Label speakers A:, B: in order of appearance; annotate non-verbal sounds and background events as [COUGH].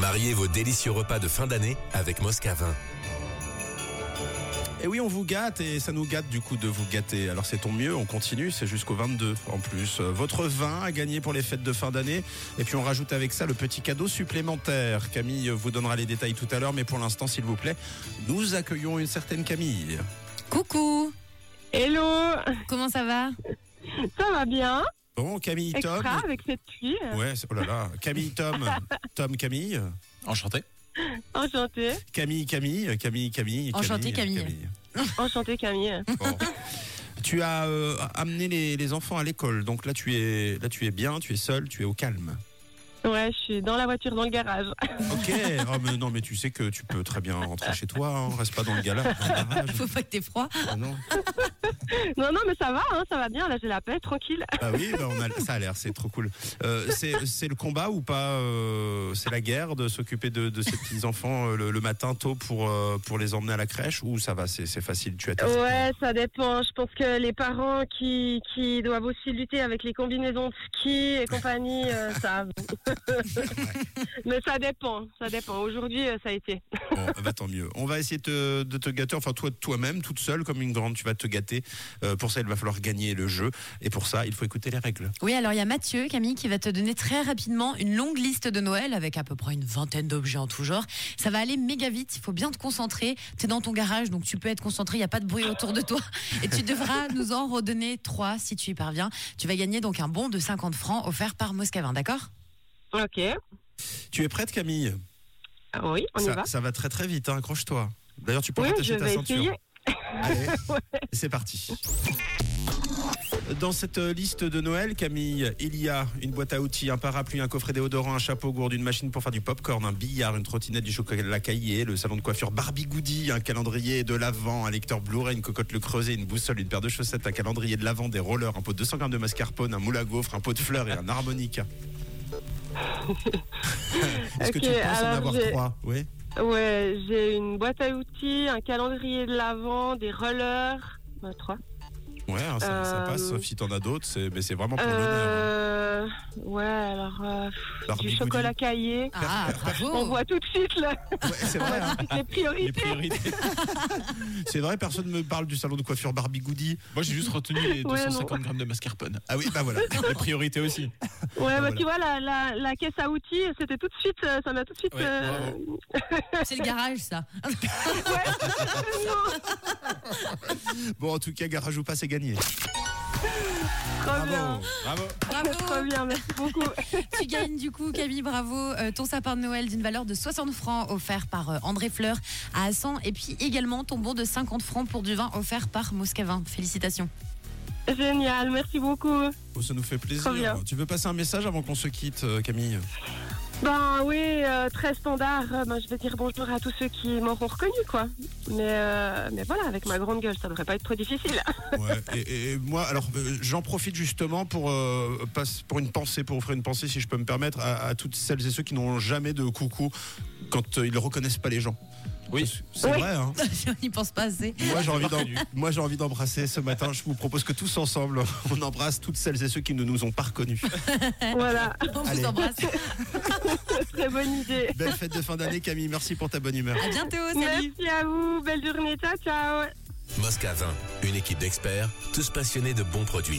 A: Mariez vos délicieux repas de fin d'année avec Moscavin.
B: Et oui, on vous gâte et ça nous gâte du coup de vous gâter. Alors c'est ton mieux, on continue, c'est jusqu'au 22 en plus. Euh, Votre vin à gagner pour les fêtes de fin d'année. Et puis on rajoute avec ça le petit cadeau supplémentaire. Camille vous donnera les détails tout à l'heure, mais pour l'instant, s'il vous plaît, nous accueillons une certaine Camille.
C: Coucou,
D: Hello,
C: comment ça va
D: ça va bien
B: Bon, Camille, Tom.
D: Extra avec cette pluie, euh,
B: Ouais, c'est- oh là là. Camille, Tom. Tom, Camille.
E: Enchanté.
D: enchantée,
B: Camille, Camille. Camille, Camille.
C: Enchantée, Camille.
D: enchantée Camille.
B: Bon. tu as euh, amené les, les enfants à l'école, donc là tu es là tu es bien, tu es seul, tu es au calme.
D: Ouais, je suis dans la voiture, dans le garage. [LAUGHS]
B: Ok. Oh, mais non, mais tu sais que tu peux très bien rentrer chez toi. Hein. Reste pas dans le gala. dans le garage.
C: Faut pas que t'aies froid.
B: Ah non.
D: Non, non, mais ça va, hein, ça va bien, là j'ai la paix, tranquille.
B: Bah oui, bah, on a- ça a l'air, c'est trop cool. Euh, c'est c'est le combat ou pas euh, C'est la guerre de s'occuper de, de ces petits enfants euh, le, le matin tôt pour euh, pour les emmener à la crèche ou ça va C'est c'est facile. Tu as tes-
D: Ouais, ça dépend. Je pense que les parents qui, qui doivent aussi lutter avec les combinaisons de ski et compagnie euh, savent.
B: [LAUGHS]
D: mais ça dépend, ça dépend. Aujourd'hui, euh, ça a été.
B: Bon, bah, tant mieux. On va essayer te- de te gâter, enfin toi toi-même, toute seule, comme une grande, tu vas te gâter. Euh, pour ça, il va falloir gagner le jeu. Et pour ça, il faut écouter les règles.
C: Oui, alors il y a Mathieu, Camille, qui va te donner très rapidement une longue liste de Noël avec à peu près une vingtaine d'objets en tout genre. Ça va aller méga vite, il faut bien te concentrer. T'es dans ton garage, donc tu peux être concentré, il n'y a pas de bruit autour de toi. Et tu devras nous en redonner trois si tu y parviens. Tu vas gagner donc un bon de 50 francs offert par Moscavin, d'accord
D: Ok,
B: Tu es prête, Camille
D: Ah oui, on y
B: ça,
D: va.
B: ça va très très vite, hein, accroche-toi. D'ailleurs, tu peux
D: Oui, je
B: rattacher ta
D: vais
B: ceinture.
D: essayer. [LAUGHS]
B: Allez, c'est parti. Dans cette euh, liste de Noël, Camille, il y a une boîte à outils, un parapluie, un coffret déodorant, un chapeau gourde, une machine pour faire du popcorn, un billard, une trottinette, du chocolat caillé, le salon de coiffure Barbie Goody, un calendrier de l'avant, un lecteur Blu-ray, une cocotte le creuset, une boussole, une paire de chaussettes, un calendrier de l'avant, des rollers, un pot de 200 grammes de mascarpone, un moule à gaufre, un pot de fleurs et un
D: [LAUGHS]
B: harmonica. Est-ce que
D: Ok,
B: tu penses en
D: alors
B: avoir
D: j'ai-
B: trois Oui.
D: Ouais, j'ai une boîte à outils, un calendrier de l'avant, des rollers. euh, trois.
B: Ouais, hein, ça, ça
D: Euh,
B: passe, sauf si t'en as d'autres, c'est- mais c'est vraiment pour l'honneur.
D: Euh, ouais, alors euh,
B: hein.
D: du
B: Barbie
D: chocolat caillé.
C: Ah,
D: [LAUGHS] On
C: bravo
D: voit tout de suite là,
B: [LAUGHS] Goody. Ouais, c'est
D: [LAUGHS]
B: vrai, hein.
D: les
E: Les
D: priorités.
E: priorités.
B: C'est vrai, personne ne me parle du salon de coiffure Barbie Goody.
E: Moi, j'ai juste retenu les
D: Ouais,
E: 250 grammes de mascarpone.
B: Ah oui, bah voilà.
E: [LAUGHS] Les priorités aussi.
D: Ouais, bah,
B: Ah, voilà.
D: tu vois, la, la, la caisse à outils, c'était tout de suite, euh, ça m'a tout de suite.
E: Ouais,
D: euh,
C: C'est le garage, ça.
D: [LAUGHS]
B: Bon, en tout cas, garage ou pas, c'est gagné.
D: trop bien.
B: Bravo. Bravo.
D: Trop
C: Bravo
D: bien, merci beaucoup.
C: Tu gagnes du coup, Camille, bravo, euh, ton sapin de Noël d'une valeur de 60 francs offert par euh, André Fleur à Assan et puis également ton bon de 50 francs pour du vin offert par Moscavin. Félicitations. [LAUGHS]
D: Génial, merci beaucoup.
B: Oh, ça nous fait
D: Trop bien.
B: plaisir. Tu veux passer un message avant qu'on se quitte, euh, Camille
D: Ben oui, euh, très standard. euh, ben, je vais dire bonjour à tous ceux qui m'auront reconnu, quoi. Mais, euh, mais voilà, avec ma grande gueule, ça devrait pas être trop difficile.
B: Ouais. et- et, et moi, alors, euh, j'en profite justement pour, euh, pas- pour une pensée, pour offrir une pensée, si je peux me permettre, à, à toutes celles et ceux qui n'ont jamais de coucou quand euh, ils ne reconnaissent pas les gens.
E: Oui.
B: C'est
D: Oui.
B: vrai, hein
C: On n'y pense pas assez.
B: Moi j'ai envie d'en- moi, j'ai envie d'embrasser ce matin. Je vous propose que tous ensemble, [LAUGHS] on embrasse toutes celles et ceux qui ne nous ont pas reconnus.
D: voilà, [LAUGHS]
C: On vous
B: Allez.
C: embrasse.
D: très bonne idée.
B: Belle fête de fin d'année Camille, merci pour ta bonne humeur.
C: À bientôt, salut.
D: Merci à vous, belle journée, ciao, ciao.
A: Moscavin, une équipe d'experts, tous passionnés de bons produits.